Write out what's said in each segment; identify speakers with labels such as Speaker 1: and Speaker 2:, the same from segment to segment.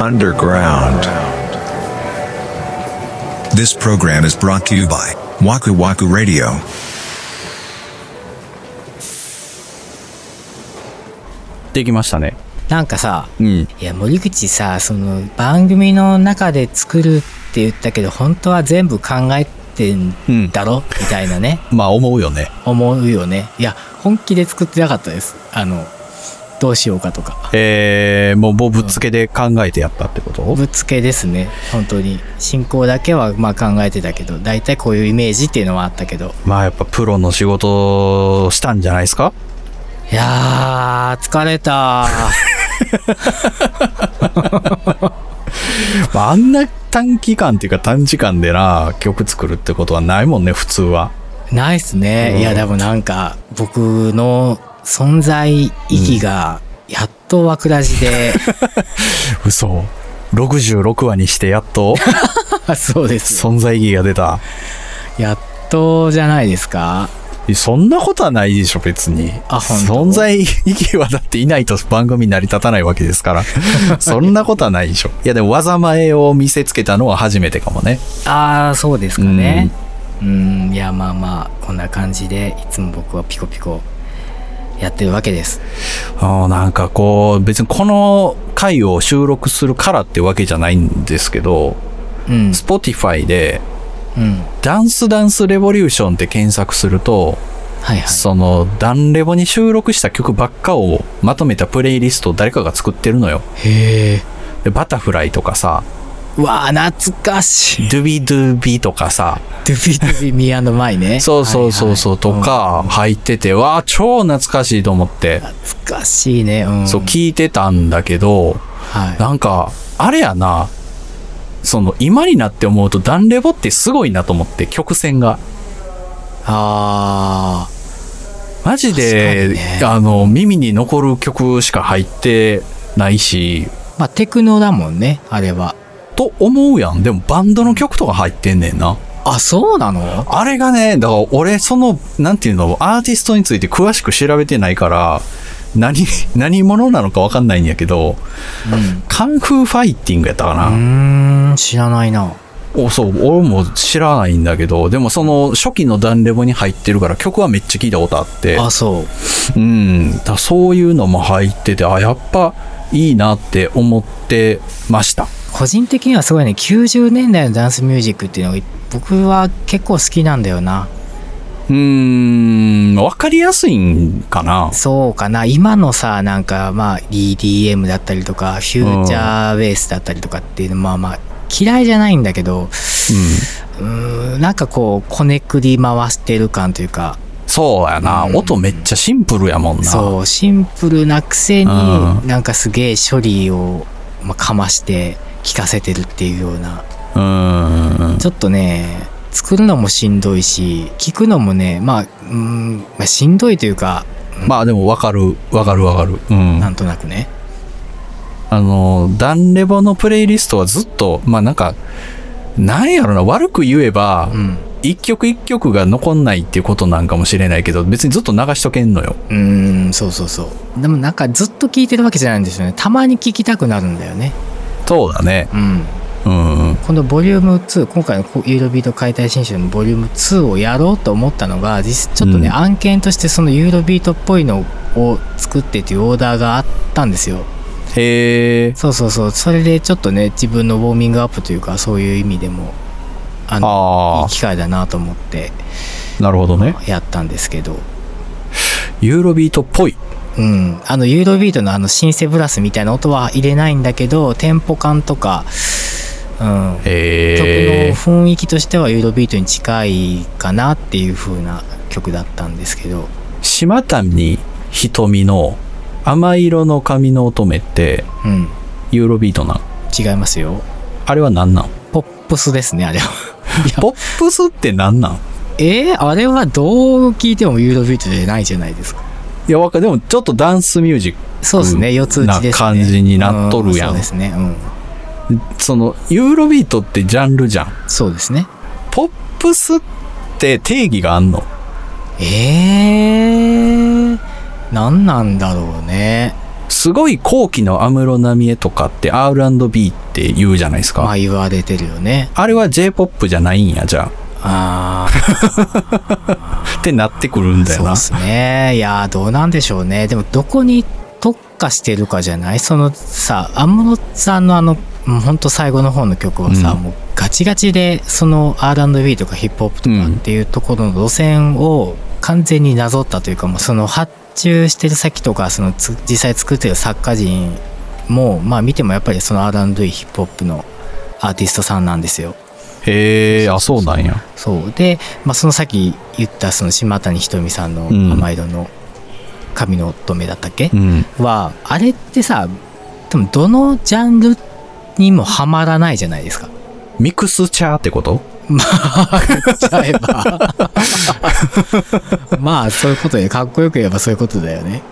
Speaker 1: underground.
Speaker 2: This program is brought to you by Waku Waku Radio.
Speaker 3: できましたね
Speaker 4: なんかさ、
Speaker 3: うん
Speaker 4: いや森口さその番組の中で作るって言ったけど本当は全部考えてんだろ、みたいなね
Speaker 3: まあ思うよね
Speaker 4: 思うよねいや本気で作ってなかったですあのどうしようかとか
Speaker 3: えー、もうもうぶっつけで考えてやったってこと、
Speaker 4: ぶっつけですね本当に進行だけはまあ考えてたけど大体こういうイメージっていうのはあったけど
Speaker 3: まあやっぱプロの仕事をしたんじゃないですか
Speaker 4: いやー疲れた
Speaker 3: まああんな短期間っていうか短時間でな曲作るってことはないもんね普通は
Speaker 4: ないっすね、
Speaker 3: うん
Speaker 4: いやでもなんか僕の存在意義がやっと枠ラジで、
Speaker 3: 嘘66話にしてやっと
Speaker 4: あそうです
Speaker 3: 存在意義が出た
Speaker 4: やっとじゃないですか
Speaker 3: そんなことはないでしょ別に
Speaker 4: あ本当
Speaker 3: 存在意義はだっていないと番組成り立たないわけです からそんなことはないでしょいやでも技前を見せつけたのは初めてかもね
Speaker 4: ああそうですかねうんいやまあまあこんな感じでいつも僕はピコピコやってるわけです
Speaker 3: あーなんかこう別にこの回を収録するからってわけじゃないんですけど
Speaker 4: うん、
Speaker 3: Spotify で
Speaker 4: うん、
Speaker 3: 「ダンスダンスレボリューション」って検索すると
Speaker 4: はいはい
Speaker 3: そのダンレボに収録した曲ばっかをまとめたプレイリストを誰かが作ってるのよ
Speaker 4: へえ
Speaker 3: でバタフライとかさ
Speaker 4: うわー懐かしい
Speaker 3: ドゥビドゥビとかさ
Speaker 4: ドゥビドゥビミアの前 ね
Speaker 3: そうそうそうそうとか入ってて、わあ超懐かしいと思って、
Speaker 4: 懐かしいねうん
Speaker 3: そう聞いてたんだけど
Speaker 4: は
Speaker 3: なんかあれやなその今になって思うとダンレボってすごいなと思って曲線が
Speaker 4: いあ
Speaker 3: マジで、
Speaker 4: 確かにね
Speaker 3: あの耳に残る曲しか入ってないし
Speaker 4: ーまあテクノだもんねあれは
Speaker 3: と思うやんでもバンドの曲とか入ってんねんな
Speaker 4: あそうなの
Speaker 3: あれがねだから俺そのなんていうのアーティストについて詳しく調べてないから何何者なのか分かんないんやけどカンフーファイティングやったかな、
Speaker 4: うんうーん知らないな
Speaker 3: おそう俺も知らないんだけどでもその初期のダンレボに入ってるから曲はめっちゃ聞いたことあって
Speaker 4: あそう
Speaker 3: うんだからそういうのも入っててあやっぱいいなって思ってました
Speaker 4: 個人的にはすごいね90年代のダンスミュージックっていうのが僕は結構好きなんだよな
Speaker 3: うーん分かりやすいんかな
Speaker 4: そうかな今のさなんかまあ EDM だったりとかフューチャーベースだったりとかっていうのまあまあ嫌いじゃないんだけどうーんなんかこうこねくり回してる感というか
Speaker 3: そうやな、
Speaker 4: うん
Speaker 3: 音めっちゃシンプルやもんな
Speaker 4: そうシンプルなくせに
Speaker 3: うん
Speaker 4: なんかすげえ処理を、まあ、かまして聞かせてるっていうような
Speaker 3: うーん
Speaker 4: ちょっとね作るのもしんどいし聞くのもねまあうん、まあ、しんどいというか
Speaker 3: まあでも分かる分かる分かるうん
Speaker 4: なんとなくね
Speaker 3: あの、ダンレボのプレイリストはずっと、まあなんか、なんやろな、悪く言えば
Speaker 4: う、ん
Speaker 3: 一曲一曲が残んないっていうことなんかもしれないけど、別にずっと流しとけんのよ。
Speaker 4: うーんそうそうそうでもなんかずっと聞いてるわけじゃないんですよねたまに聞きたくなるんだよね
Speaker 3: そうだね。
Speaker 4: うん
Speaker 3: うんうん。
Speaker 4: このボリューム2今回のこうユーロビート解体新書のボリューム2をやろうと思ったのが実ちょっとね、
Speaker 3: うん
Speaker 4: 案件としてそのユーロビートっぽいのを作ってっていうオーダーがあったんですよ
Speaker 3: へえ。
Speaker 4: そうそうそうそれでちょっとね自分のウォーミングアップというかそういう意味でもあのい
Speaker 3: あ
Speaker 4: い機会だなと思って
Speaker 3: あ、なるほどね。
Speaker 4: やったんですけど、
Speaker 3: ユーロビートっぽい。
Speaker 4: うん、あのユーロビートのあのシンセブラスみたいな音は入れないんだけどテンポ感とか、うん、
Speaker 3: へえ。
Speaker 4: 曲の雰囲気としてはユーロビートに近いかなっていう風な曲だったんですけど、
Speaker 3: 島谷瞳の甘い色の髪の乙女って、
Speaker 4: うん、
Speaker 3: ユーロビートなん。
Speaker 4: 違いますよ
Speaker 3: あれは何なん
Speaker 4: ポップスですねあれは いや
Speaker 3: ポップスって何なん
Speaker 4: えーあれはどう聞いてもユーロビートじゃないじゃないですか
Speaker 3: いや、わかるでもちょっとダンスミュージック
Speaker 4: そうですね、
Speaker 3: うん
Speaker 4: 四つ打ちですね
Speaker 3: な感じになっとるやん
Speaker 4: うそうですねうん
Speaker 3: そのユーロビートってジャンルじゃん
Speaker 4: そうですね
Speaker 3: ポップスって定義があんの
Speaker 4: えー、何なんだろうね
Speaker 3: すごい後期の安室奈美恵とかって R&B って言うじゃないですか。
Speaker 4: まあ言われてるよね。
Speaker 3: あれは J-POP じゃないんや、じゃ
Speaker 4: あ
Speaker 3: あ。ってなってくるん
Speaker 4: あ、
Speaker 3: だよ
Speaker 4: そう
Speaker 3: な。
Speaker 4: ですね。いやー、どうなんでしょうね。でも、どこに特化してるかじゃないそのさ、安室さんのあの、もうほんと最後の方の曲はさ、
Speaker 3: うん
Speaker 4: もうガチガチで、その R&B とかヒップホップとかっていうところの路線を完全になぞったというか、もうその発注してる先とか、そのつ実際作ってる作家人も、まあ見てもやっぱりその R&B ヒップホップのアーティストさんなんですよ。
Speaker 3: へえ、あ、そうなんや。
Speaker 4: そうで、まあ、そのさっき言ったその島谷ひとみさんの
Speaker 3: うん
Speaker 4: 「甘い色の髪の乙女」だったっけ、
Speaker 3: うん。
Speaker 4: はあれってさ多分どのジャンルにもハマらないじゃないで すか。
Speaker 3: ミクスチャーってこと
Speaker 4: まあ、言っちゃえば まあそういうことでかっこよく言えばそういうことだよね。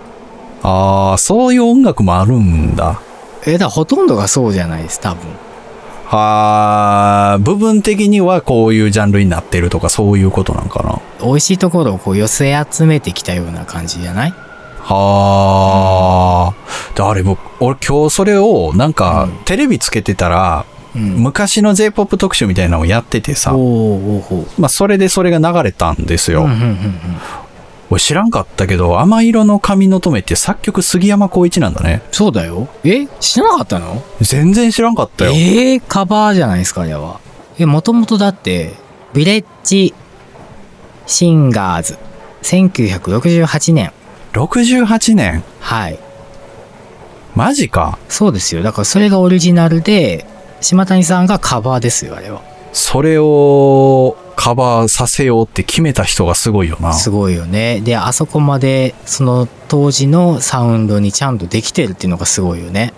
Speaker 3: ああ、そういう音楽もあるんだ。
Speaker 4: えだからほとんどがそうじゃないです多分。
Speaker 3: はあ、部分的にはこういうジャンルになってるとかそういうことなんかな。
Speaker 4: 美味しいところをこう寄せ集めてきたような感じじゃない
Speaker 3: はあ。であれ僕、俺今日それをなんか
Speaker 4: うん
Speaker 3: テレビつけてたら、
Speaker 4: うん。
Speaker 3: 昔の J-POP 特集みたいなのをやっててさ、
Speaker 4: おーおーおー
Speaker 3: まあそれでそれが流れたんですよ。
Speaker 4: うんうんうんうん
Speaker 3: 俺知らんかったけど、甘色の髪の留めって作曲杉山浩一なんだね。
Speaker 4: そうだよ。え知らなかったの
Speaker 3: 全然知らんかったよ。
Speaker 4: ええカバーじゃないですか、あれは。え、もともとだって、ヴィレッジ・シンガーズ、1968年。
Speaker 3: 68年。
Speaker 4: はい。
Speaker 3: マジか。
Speaker 4: そうですよ。だからそれがオリジナルで、島谷さんがカバーですよ、あれは。
Speaker 3: それをカバーさせようって決めた人がすごいよな。
Speaker 4: すごいよね。で、あそこまで、その当時のサウンドにちゃんとできてるっていうのがすごいよね。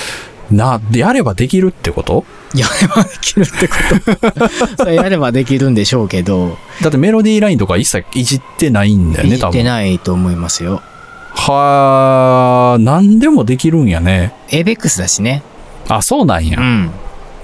Speaker 3: な、やればできるってこと
Speaker 4: やればできるってこと。それやればできるんでしょうけど、
Speaker 3: だってメロディーラインとか一切いじってないんだよ
Speaker 4: い
Speaker 3: ね、
Speaker 4: じ
Speaker 3: 多
Speaker 4: って
Speaker 3: 分。
Speaker 4: ないと思いますよ。
Speaker 3: はあ、なんでもできるんやね。
Speaker 4: エイベックスだしね。
Speaker 3: あ、そうなん
Speaker 4: う
Speaker 3: や。
Speaker 4: ん。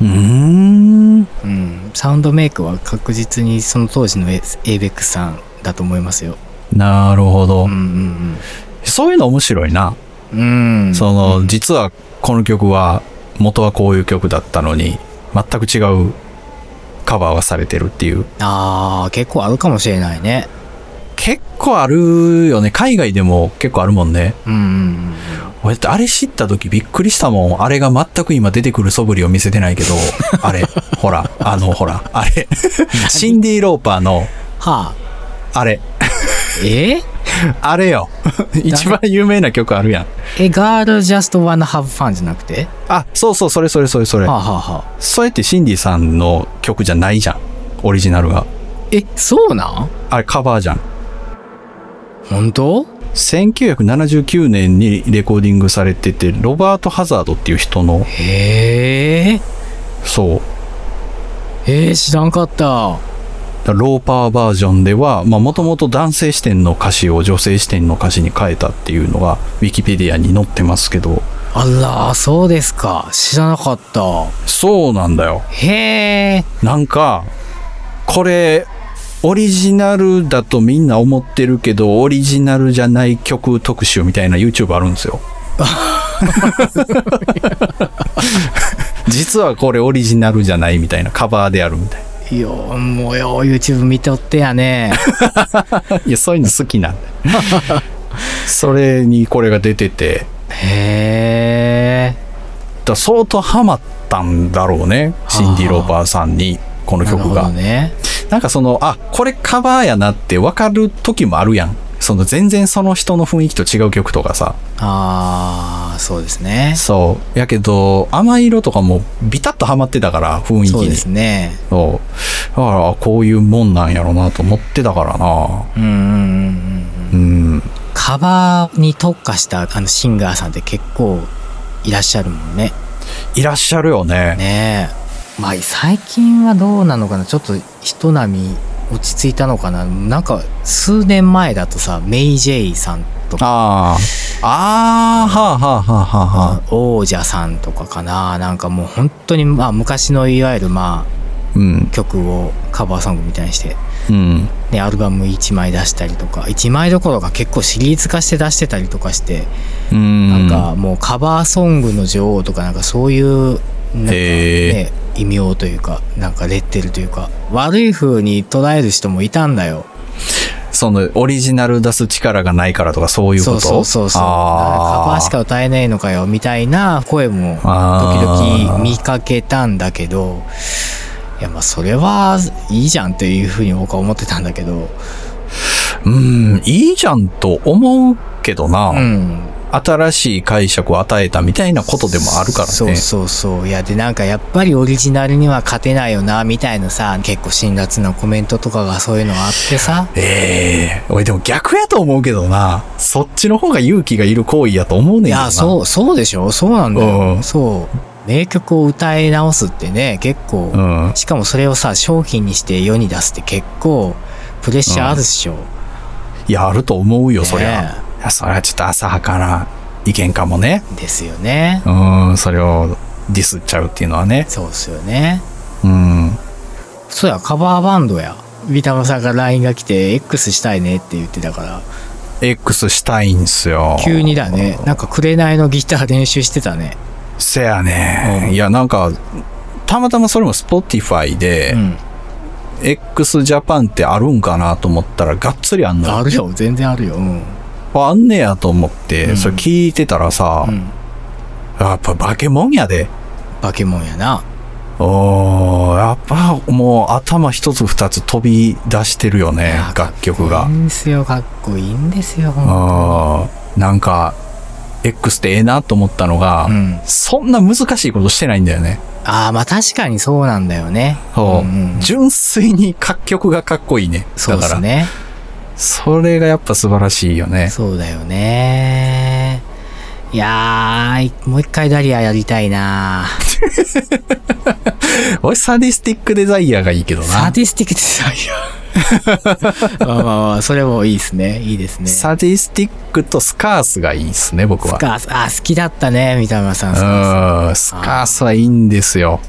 Speaker 3: うーん。
Speaker 4: うん、サウンドメイクは確実にその当時のエイベックスさんだと思いますよ。
Speaker 3: なるほど
Speaker 4: う。ん
Speaker 3: そういうの面白いな。
Speaker 4: うんうん。うん。
Speaker 3: その、実はこの曲は、元はこういう曲だったのに、全く違うカバーがされてるっていう。
Speaker 4: ああ、結構あるかもしれないね。
Speaker 3: 結構あるよね。海外でも結構あるもんね。
Speaker 4: うんうん
Speaker 3: 俺だってあれ知った時びっくりしたもん。あれが全く今出てくる素振りを見せてないけど、あ れ、ほら、あの、ほら、あれ。シンディ・ローパーの、
Speaker 4: うん。はあ。
Speaker 3: あれ、
Speaker 4: え
Speaker 3: あれよ。一番有名な曲あるやん。
Speaker 4: え、ガールジャストワンハブファンじゃなくて
Speaker 3: あ、そうそう、それそれそれそれ
Speaker 4: はあ。はあはあ。
Speaker 3: そうやってシンディさんの曲じゃないじゃん。オリジナルが。
Speaker 4: え、そうなん
Speaker 3: あれカバーじゃん。
Speaker 4: 本当
Speaker 3: 1979年にレコーディングされてて、ロバート・ハザードっていう人の、
Speaker 4: へえ。
Speaker 3: そう、
Speaker 4: えー、知らんかった。
Speaker 3: だからローパーバージョンではもともと男性視点の歌詞を女性視点の歌詞に変えたっていうのがウィキペディアに載ってますけど
Speaker 4: あら、そうですか。知らなかった。
Speaker 3: そうなんだよ
Speaker 4: へえ。
Speaker 3: なんかこれオリジナルだとみんな思ってるけどオリジナルじゃない曲特集みたいな YouTube あるんですよ実はこれオリジナルじゃないみたいなカバーであるみたい
Speaker 4: いや、もうよ、YouTube 見とってやね。
Speaker 3: ないやそういうの好きなんでそれにこれが出てて
Speaker 4: へえ。
Speaker 3: だから相当ハマったんだろうねシンディ・ローパーさんにこの
Speaker 4: なるほ
Speaker 3: 曲
Speaker 4: ど
Speaker 3: が、
Speaker 4: ね。
Speaker 3: なんかそのあこれカバーやなって分かる時もあるやんその全然その人の雰囲気と違う曲とかさ
Speaker 4: ああ、そうですね。
Speaker 3: そうやけど甘い色とかもビタッとハマってたから雰囲気
Speaker 4: そう
Speaker 3: に
Speaker 4: で
Speaker 3: そ
Speaker 4: す
Speaker 3: う
Speaker 4: ね。
Speaker 3: だからあこういうもんなんやろなと思ってたからな
Speaker 4: うんうんうんうん。
Speaker 3: うん
Speaker 4: カバーに特化したあのシンガーさんって結構いらっしゃるもんね。
Speaker 3: いらっしゃるよね
Speaker 4: ねえ。まあ最近はどうなのかなちょっと人波落ち着いたのかななんか数年前だとさ、メイ・ジェイさんとか、
Speaker 3: ああああはあはあはあはあはあ
Speaker 4: 王者さんとかかななんかもう本当にまあ昔のいわゆるまあ、
Speaker 3: うん。
Speaker 4: 曲をカバーソングみたいにして
Speaker 3: うん。
Speaker 4: でアルバム1枚出したりとか1枚どころか結構シリーズ化して出してたりとかして、
Speaker 3: うん。
Speaker 4: なんかもうカバーソングの女王とかなんかそういうなんか
Speaker 3: へ
Speaker 4: ね異名というかなんかレッテルというか悪い風に捉える人もいたんだよ
Speaker 3: その、オリジナル出す力がないからとか、そういう
Speaker 4: そ
Speaker 3: こ
Speaker 4: う
Speaker 3: と
Speaker 4: そうそうそうカ
Speaker 3: あー
Speaker 4: バーしか歌えねえのかよみたいな声も時
Speaker 3: あー
Speaker 4: 々見かけたんだけどいやまあそれはいいじゃんっていう風に僕は思ってたんだけど
Speaker 3: うん、いいじゃんと思うけどな、
Speaker 4: うん
Speaker 3: 新しい解釈を与えたみたいなことでもあるからね。
Speaker 4: そうそうそういやでなんかやっぱりオリジナルには勝てないよなみたいなさ結構辛辣なコメントとかがそういうのあってさ
Speaker 3: ええ俺でも逆やと思うけどな。そっちの方が勇気がいる行為やと思うねん
Speaker 4: い
Speaker 3: けどな。
Speaker 4: やそうそうでしょそうなんだよ、
Speaker 3: うん
Speaker 4: そう名曲を歌い直すってね結構、
Speaker 3: うん。
Speaker 4: しかもそれをさ商品にして世に出すって結構プレッシャーあるっしょ、
Speaker 3: いや、あると思うよ、そりゃ。
Speaker 4: ね
Speaker 3: いや、それはちょっと浅はかな意見かもね。
Speaker 4: ですよね
Speaker 3: うん、それをディスっちゃうっていうのはね。
Speaker 4: そうっすよね
Speaker 3: うん。
Speaker 4: そうやカバーバンドやビタマさんから LINE が来て X したいねって言ってたから
Speaker 3: X したいんすよ。
Speaker 4: 急にだねなんか紅のギター練習してたね
Speaker 3: せやね、
Speaker 4: うん
Speaker 3: いや、なんか、たまたまそれも Spotify で、
Speaker 4: うん
Speaker 3: x ジャパンってあるんかなと思ったら、がっつりあんのよ
Speaker 4: あるよ全然あるようん、
Speaker 3: ああんねやと思って、
Speaker 4: うん
Speaker 3: それ聞いてたらさ、
Speaker 4: うん、
Speaker 3: やっぱバケモンやで。
Speaker 4: バケモンやな
Speaker 3: おーやっぱもう頭一つ二つ飛び出してるよね、楽曲
Speaker 4: い
Speaker 3: が
Speaker 4: い。んですよかっこいいんですよほんと
Speaker 3: あーなんか、X ってええなと思ったのが、
Speaker 4: うん
Speaker 3: そんな難しいことしてないんだよね。
Speaker 4: ああまあ確かにそうなんだよね
Speaker 3: そう。
Speaker 4: んん
Speaker 3: 純粋に楽曲がかっこいいね。
Speaker 4: そ
Speaker 3: だ
Speaker 4: うで
Speaker 3: か
Speaker 4: す
Speaker 3: ら、
Speaker 4: ね
Speaker 3: それがやっぱ素晴らしいよね。
Speaker 4: そうだよねいやーもう一回ダリアやりたいな
Speaker 3: 俺サディスティックデザイアがいいけど
Speaker 4: サ
Speaker 3: な。
Speaker 4: ディスティック デザイアまあまあまあそれもいいですねいいですねス
Speaker 3: サディスティックとスカースがいいですね、僕は。
Speaker 4: カースあー好きだったね三田村さんそう
Speaker 3: うん、スカースはいいんですよ。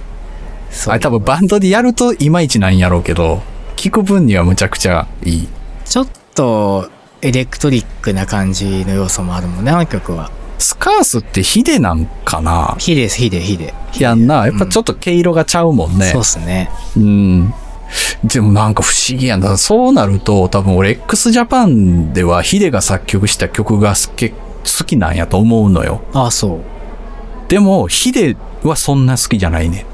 Speaker 4: そう
Speaker 3: あれ多分バンドでやるといまいちなんやろうけど、聞く分にはむちゃくちゃいい。
Speaker 4: ちょっとエレクトリックな感じの要素もあるもんねあの曲は
Speaker 3: スカースってヒデなんかな
Speaker 4: ヒデですヒデヒデ
Speaker 3: やんな。やっぱちょっと毛色がちゃうもんね
Speaker 4: そうっ。すね
Speaker 3: うん。でもなんか不思議やな。そうなると多分俺 x ジャパンではヒデが作曲した曲がすけ好きなんやと思うのよ。
Speaker 4: ああそう
Speaker 3: でもヒデはそんな好きじゃないね。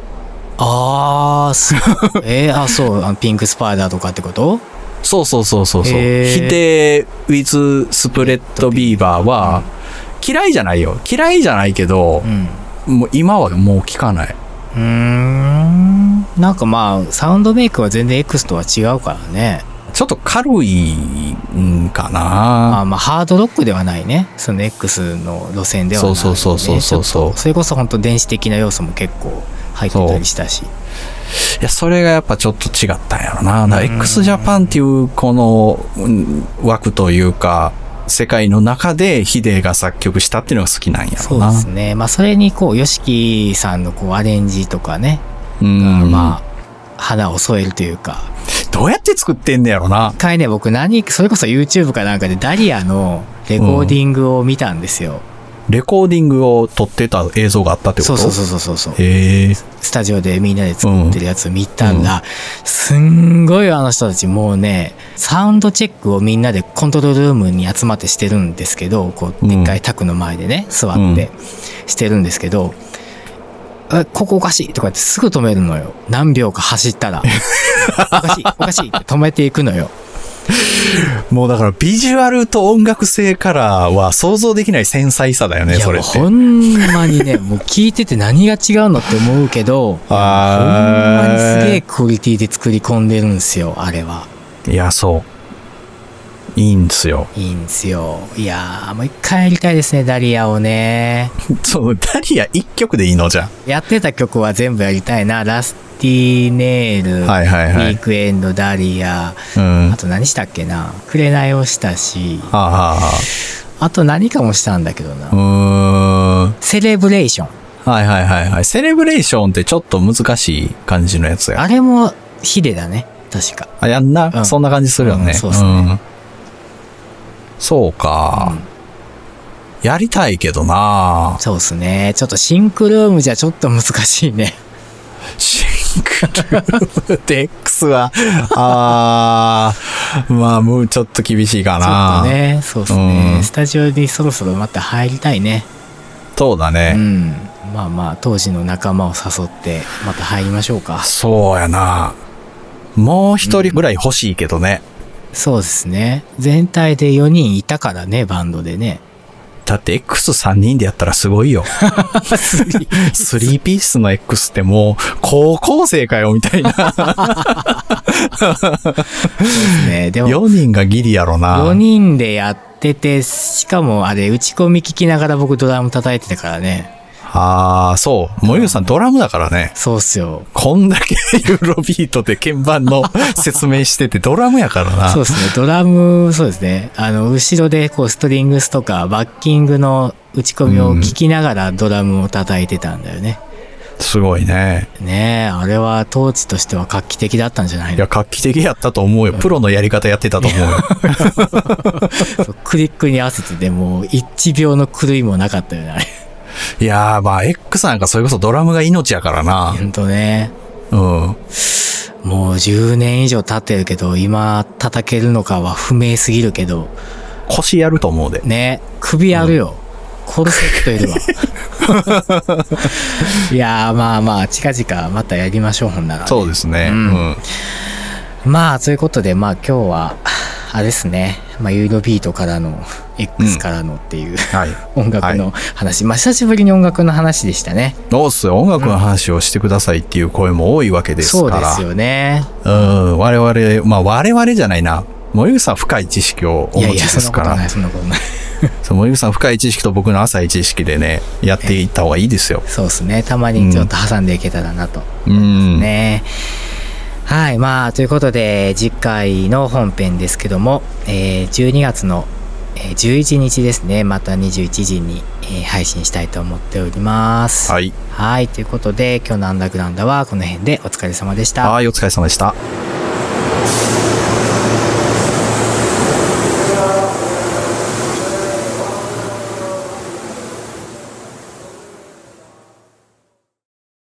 Speaker 4: ああす えー、あそうあのピンクスパイダーとかってこと
Speaker 3: そうそうそうそうそう。
Speaker 4: へー
Speaker 3: ヒデ with スプレッドビーバーは嫌いじゃないよ。嫌いじゃないけど
Speaker 4: う、ん
Speaker 3: もう今はもう聞かない。
Speaker 4: うーんなんかまあサウンドメイクは全然 X とは違うからね
Speaker 3: ちょっと軽いんか
Speaker 4: まあ
Speaker 3: な。
Speaker 4: まあハードロックではないねその X の路線ではない、
Speaker 3: そう
Speaker 4: ね、
Speaker 3: そうそうそうそう
Speaker 4: ちょ
Speaker 3: そ
Speaker 4: っとそれこそ本当電子的な要素も結構入ってたりしたし
Speaker 3: う。いや、それがやっぱちょっと違ったんやろな。だから x ジャパンっていうこのうん枠というか、世界の中でヒデが作曲したっていうのが好きなんや
Speaker 4: そ
Speaker 3: ろ
Speaker 4: うで
Speaker 3: な。
Speaker 4: すねまあそれにこう YOSHIKI さんのこうアレンジとかね、
Speaker 3: うん。
Speaker 4: まあ花を添えるというか
Speaker 3: どうやって作ってんねやろな
Speaker 4: 一。回ね僕何それこそ YouTube かなんかでダリアのレコーディングを見たんですよ、
Speaker 3: レコーディングを撮ってた映像があったってこと
Speaker 4: そうそうそうそうそう
Speaker 3: へえ。
Speaker 4: スタジオでみんなで作ってるやつ見たら、すんごいあの人たちもうねサウンドチェックをみんなでコントロールルームに集まってしてるんですけどこうでっかい卓の前でね座
Speaker 3: う
Speaker 4: っ
Speaker 3: ん
Speaker 4: てしてるんですけど「えここおかしい」とかってすぐ止めるのよ何秒か走っ たら「おかしいおかしい」って止めていくのよ。
Speaker 3: もうだからビジュアルと音楽性からは想像できない繊細さだよね、
Speaker 4: いや
Speaker 3: それ
Speaker 4: もう
Speaker 3: って。
Speaker 4: ほんまに ねもう聞いてて何が違うのって思うけどほん
Speaker 3: あー
Speaker 4: まにすげえクオリティで作り込んでるんですよあれは。
Speaker 3: いや、そう。いいんですよ。
Speaker 4: いいんですよ。いやー、もう一回やりたいですね、ダリアをね。
Speaker 3: そう、ダリア一曲でいいのじゃん。
Speaker 4: やってた曲は全部やりたいな。ラスティネイル、
Speaker 3: はいはいはい
Speaker 4: ウィークエンド、ダリア、
Speaker 3: うん。
Speaker 4: あ
Speaker 3: あ
Speaker 4: と何したっけな。紅をしたし、
Speaker 3: あ、ああ
Speaker 4: あと何かもしたんだけどな。
Speaker 3: ああ、うーん。
Speaker 4: セレブレーション。
Speaker 3: あはいはいはいはい。セレブレーションってちょっと難しい感じのやつや。
Speaker 4: あれもヒデだね。確か。
Speaker 3: あやんな、
Speaker 4: うん
Speaker 3: そんな感じするよね。
Speaker 4: うんそうっすね
Speaker 3: んそうか、やりたいけどな
Speaker 4: そうっすね。ちょっとシンクルームじゃちょっと難し いね。
Speaker 3: シンクルームで X は、あー、まあ、もうちょっと厳しいか
Speaker 4: ちょ
Speaker 3: な
Speaker 4: っとね。そうっすね、
Speaker 3: うん
Speaker 4: スタジオにそろそろまた入りたいね。
Speaker 3: そうだね。
Speaker 4: うん。まあまあ、当時の仲間を誘って、また入りましょうか。
Speaker 3: そうやなもう一人ぐらい欲しいけどね。
Speaker 4: そうですね。全体で4人いたからね、バンドでね。
Speaker 3: だって X3 人でやったらすごい よ。3ピースの X ってもう高校生かよみたいな。
Speaker 4: ねでも、
Speaker 3: 4人がギリやろな。
Speaker 4: 4人でやってて、しかもあれ、打ち込み聞きながら僕ドラム叩いてたからね。
Speaker 3: ああ、そう。森口さんドラムだからね。
Speaker 4: そうっすよ。
Speaker 3: こんだけユーロビートで鍵盤 の説明しててドラムやからな。
Speaker 4: そうですね。ドラム、そうですね。あの、後ろでこう、ストリングスとか、バッキングの打ち込みを聞きながらドラムを叩いてたんだよね。
Speaker 3: すごいね。
Speaker 4: ねえ、あれは当時としては画期的だったんじゃな
Speaker 3: い
Speaker 4: いの
Speaker 3: や、画期的やったと思うよ。プロのやり方やってたと思 うよ。
Speaker 4: そうクリックに合わせてでもう1秒の狂いもなかったよね、あれ。
Speaker 3: いやー、まあ、X なんかそれこそドラムが命やからな。
Speaker 4: ほんとね。
Speaker 3: うん。
Speaker 4: もう10年以上経ってるけど、今叩けるのかは不明すぎるけど、
Speaker 3: 腰やると思うで。
Speaker 4: ね、首やるよ。コルセットよりは。 いやーまあまあ、近々またやりましょう、ほんなら。
Speaker 3: そうですね。
Speaker 4: うん
Speaker 3: うん
Speaker 4: まあ、ということで、まあ今日は、あれですね、まあユーロビートからの、X からのっていう、
Speaker 3: はい。
Speaker 4: 音楽の話、まあ久しぶりに音楽の話でしたね。
Speaker 3: どうっすよ音楽の話をしてくださいっていう声も多いわけです
Speaker 4: そう
Speaker 3: か
Speaker 4: で
Speaker 3: ら。
Speaker 4: すよね。
Speaker 3: うん。我々、まあ我々じゃないな。森口さん深い知識をお
Speaker 4: いや
Speaker 3: 持
Speaker 4: い
Speaker 3: ち
Speaker 4: や、
Speaker 3: で
Speaker 4: そんな
Speaker 3: す
Speaker 4: こ
Speaker 3: か
Speaker 4: と
Speaker 3: ら。
Speaker 4: ない、そんなことない。
Speaker 3: そう森口さん深い知識と僕の浅い知識でね、やっていった方がいいですよ。
Speaker 4: そうですね、たまにちょっと挟んでいけたらなと。
Speaker 3: うん。
Speaker 4: ね。はい、まあということで次回の本編ですけども、えー12月のえー11日ですねまた21時に、えー配信したいと思っております。
Speaker 3: はい。
Speaker 4: はいということで今日の「アンダーグラウンド」はこの辺でお疲れ様でした。
Speaker 3: はい、お疲れ様でした。